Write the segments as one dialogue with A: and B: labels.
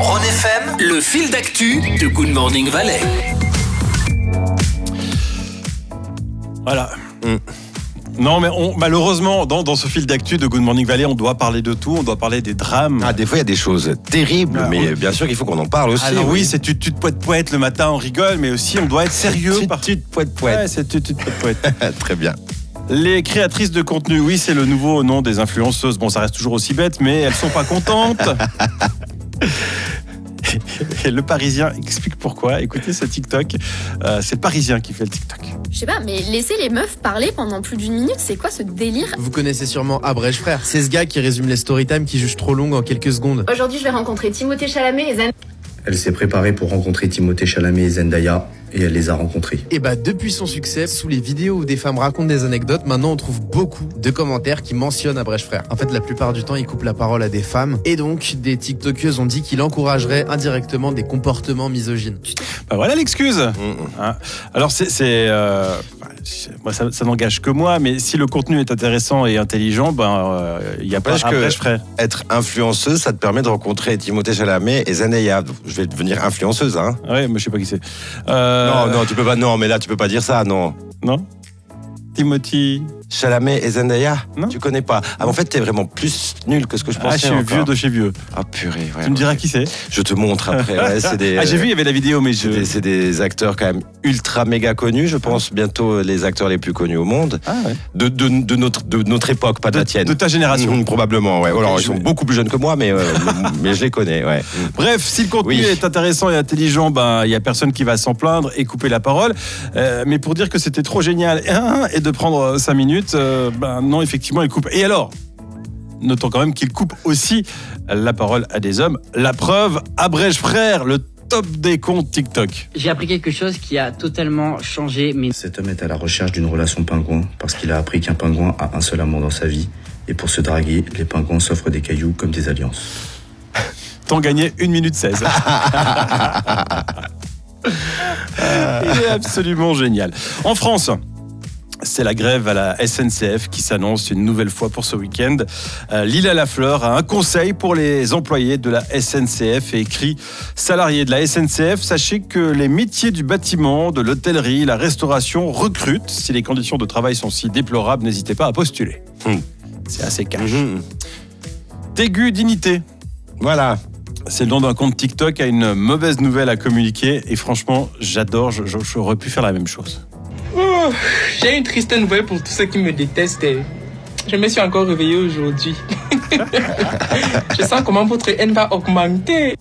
A: Ron FM, le fil d'actu de Good Morning Valley.
B: Voilà. Non, mais on- malheureusement, dans, dans ce fil d'actu de Good Morning Valley, on doit parler de tout, on doit parler des drames.
C: Ah, des fois, il y a des choses terribles,
B: Ah,
C: mais
B: oui.
C: bien sûr qu'il faut qu'on en parle aussi.
B: Alors Ah, oui, c'est tu tu te poète poète le matin, on rigole, mais aussi on doit être sérieux.
C: Tut,
B: par-
C: tut, poète, poète.
B: Ouais, c'est tu tu te poète poète.
C: Très bien.
B: Les créatrices de contenu, oui, c'est le nouveau nom des influenceuses. Bon, ça reste toujours aussi bête, mais elles sont pas contentes. Et le Parisien explique pourquoi. Écoutez ce TikTok. Euh, c'est le Parisien qui fait le TikTok.
D: Je sais pas, mais laisser les meufs parler pendant plus d'une minute, c'est quoi ce délire
E: Vous connaissez sûrement Abrège Frère. C'est ce gars qui résume les story time qui juge trop longues en quelques secondes.
D: Aujourd'hui, je vais rencontrer Timothée Chalamet et Zan.
F: Elle s'est préparée pour rencontrer Timothée Chalamet et Zendaya et elle les a rencontrés.
E: Et bah, depuis son succès, sous les vidéos où des femmes racontent des anecdotes, maintenant on trouve beaucoup de commentaires qui mentionnent Abrège Frère. En fait, la plupart du temps, il coupe la parole à des femmes. Et donc, des TikTokeuses ont dit qu'il encouragerait indirectement des comportements misogynes.
B: Bah, voilà l'excuse.
C: Mm, mm.
B: Alors, c'est. c'est, euh, bah, c'est- moi, ça, ça n'engage que moi, mais si le contenu est intéressant et intelligent, ben, euh, il y a pas
C: Parce que-
B: de frère.
C: Être influenceuse, ça te permet de rencontrer Timothée Chalamet et Zendaya. Je vais devenir influenceuse, hein.
B: Ah Ouais, mais je sais pas qui c'est. Euh,
C: Non, non, tu peux pas. Non, mais là, tu peux pas dire ça, non.
B: Non Timothy.
C: Chalamet et Zendaya,
B: Non.
C: tu connais pas. Ah, en fait, t'es vraiment plus nul que ce que je
B: Ah, je
C: pensais.
B: suis
C: encore.
B: vieux de chez vieux.
C: Ah, purée. ouais,
B: tu me diras
C: ouais.
B: qui c'est
C: Je te montre après. Ouais, c'est des.
B: Ah, j'ai vu, il y avait la vidéo, mais je.
C: C'est des, c'est des acteurs quand même ultra méga connus, je pense bientôt les acteurs les plus connus au monde
B: Ah, ouais.
C: de, de- de notre de notre époque, pas de, la tienne.
B: De ta génération.
C: Mmh, probablement, ouais. Alors,
B: je
C: ils sont
B: vais-
C: beaucoup plus jeunes que moi, mais, euh, mais- mais je les connais, ouais.
B: Bref, si le contenu
C: Oui.
B: est intéressant et intelligent, ben il y a personne qui va s'en plaindre et couper la parole. Euh, mais pour dire que c'était trop génial hein, et de prendre 5 minutes, euh, ben non, effectivement, il coupe. Et alors Notons quand même qu'il coupe aussi la parole à des hommes. La preuve, abrège frère, le top des comptes TikTok.
G: J'ai appris quelque chose qui a totalement changé mes
F: Cet homme est à la recherche d'une relation pingouin parce qu'il a appris qu'un pingouin a un seul amour dans sa vie et pour se draguer, les pingouins s'offrent des cailloux comme des alliances.
B: T'en gagnais 1 minute 16. Il est absolument génial. En France. C'est la grève à la SNCF qui s'annonce une nouvelle fois pour ce week-end. Euh, Lila Lafleur a un conseil pour les employés de la SNCF et écrit Salariés de la SNCF, sachez que les métiers du bâtiment, de l'hôtellerie, la restauration recrutent. Si les conditions de travail sont si déplorables, n'hésitez pas à postuler.
C: Hmm.
B: C'est assez cash.
C: Mhm.
B: Tégu Dignité,
C: Voilà.
B: c'est le nom d'un compte TikTok a une mauvaise nouvelle à communiquer et franchement, j'adore, je- je- j'aurais pu faire la même chose.
H: Ouh, J'ai une triste nouvelle pour tous ceux qui me détestent. Je me suis encore réveillée aujourd'hui. Je sens comment votre haine va augmenter.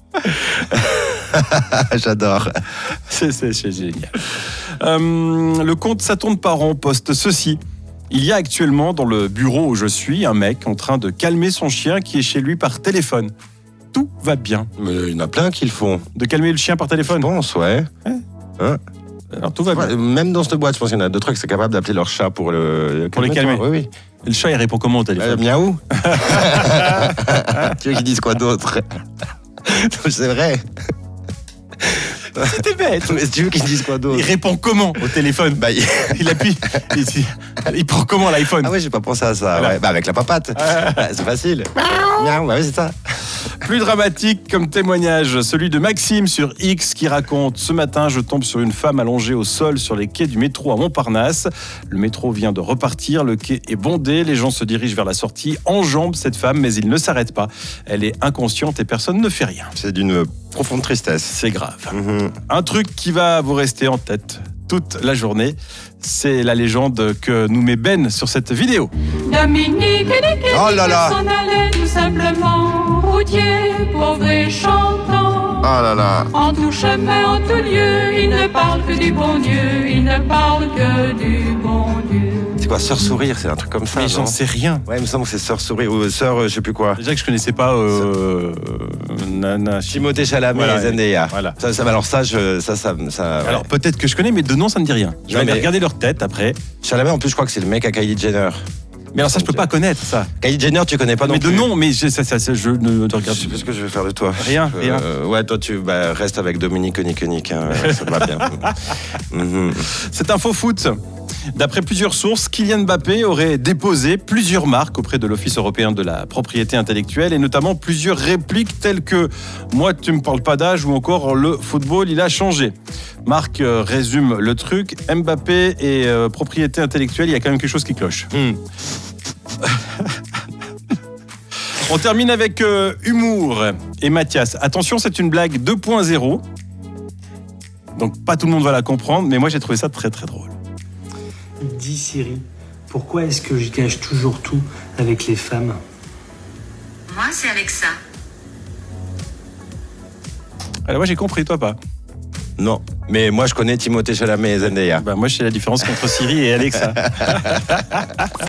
C: J'adore.
B: C'est- C'est c'est génial. Euh, le compte Ça tourne par rond poste ceci. Il y a actuellement dans le bureau où je suis un mec en train de calmer son chien qui est chez lui par téléphone. Tout va bien.
C: Mais il y en a plein qui le font.
B: De calmer le chien par
C: Je
B: téléphone.
C: pense, ouais.
B: Alors tout va bien.
C: Ouais, Même dans cette boîte, je pense qu'il y en a deux trois qui sont capables d'appeler leur chat pour le le
B: Pour les calmer.
C: Oui, oui.
B: Le chat il répond comment au
C: Euh,
B: téléphone
C: miaou. tu veux qu'ils disent quoi d'autre C'est vrai.
B: C'était bête.
C: Mais tu veux qu'ils disent quoi
B: Il
C: d'autre
B: répond comment au téléphone
C: Bah, il-
B: Il appuie. Il, il prend comment l'iPhone
C: Ah oui, j'ai pas pensé à ça.
B: Voilà.
C: ouais. Bah, avec la papate. Ouais, c'est facile. Miaou, bah oui, c'est ça.
B: Plus dramatique comme témoignage, celui de Maxime sur X qui raconte Ce matin, je tombe sur une femme allongée au sol sur les quais du métro à Montparnasse. Le métro vient de repartir, le quai est bondé, les gens se dirigent vers la sortie, enjambent cette femme, mais ils ne s'arrêtent pas. Elle est inconsciente et personne ne fait rien.
C: C'est d'une profonde tristesse.
B: C'est grave.
C: Mhm.
B: Un truc qui va vous rester en tête toute la journée, c'est la légende que nous met Ben sur cette vidéo.
I: Dominique et Nicky
C: Oh là là.
I: s'en allaient tout simplement, routier, pauvre et chantant.
C: Ah là là.
I: En tout chemin, en tout lieu, il ne parle que du bon Dieu, il ne parle que du bon Dieu.
C: C'est quoi, Sœur Sourire C'est un truc comme ça.
B: Mais
C: Ah non
B: j'en sais rien.
C: Ouais, il me semble que c'est Sœur Sourire ou Sœur, euh, je sais plus quoi.
B: Déjà que je connaissais pas euh, euh, Nana
C: Timothée Chalamet
B: Voilà,
C: et Zendaya.
B: voilà.
C: Ça, ça- alors ça, je, ça, ça, ça- ouais.
B: Alors peut-être que je connais, mais de nom ça ne dit rien. Je vais
C: Non,
B: aller
C: mais-
B: regarder leur tête après.
C: Chalamet, en plus, je crois que c'est le mec à Kylie Jenner.
B: Mais alors ça, je peux
C: Ok.
B: pas connaître ça.
C: Kylie Jenner, tu connais pas non
B: mais
C: plus
B: de nom, mais je, ça, ça- ça- je ne te
C: Je
B: regarde
C: sais plus ce que je vais faire de toi.
B: Rien,
C: Je-
B: rien.
C: euh, ouais, toi, tu bah, restes avec Dominique Oniconik. Hein, ça te va bien. Mhm.
B: C'est un faux foot. D'après plusieurs sources, Kylian Mbappé aurait déposé plusieurs marques auprès de l'Office européen de la propriété intellectuelle et notamment plusieurs répliques telles que Moi, tu me parles pas d'âge ou encore Le football, il a changé. Marc euh, résume le truc Mbappé et euh, propriété intellectuelle, il y a quand même quelque chose qui cloche. On termine avec euh, humour et Mathias. Attention, c'est une blague 2.0. Donc pas tout le monde va la comprendre, mais moi j'ai trouvé ça très très drôle.
J: Dis Siri, pourquoi est-ce que je gâche toujours tout avec les femmes
K: Moi, c'est Alexa.
B: Alors Ah, moi j'ai compris, toi pas.
C: Non. Mais Ah. moi, je connais Timothée Chalamet et Zendaya.
B: Bah moi je sais la différence entre Siri et Alexa.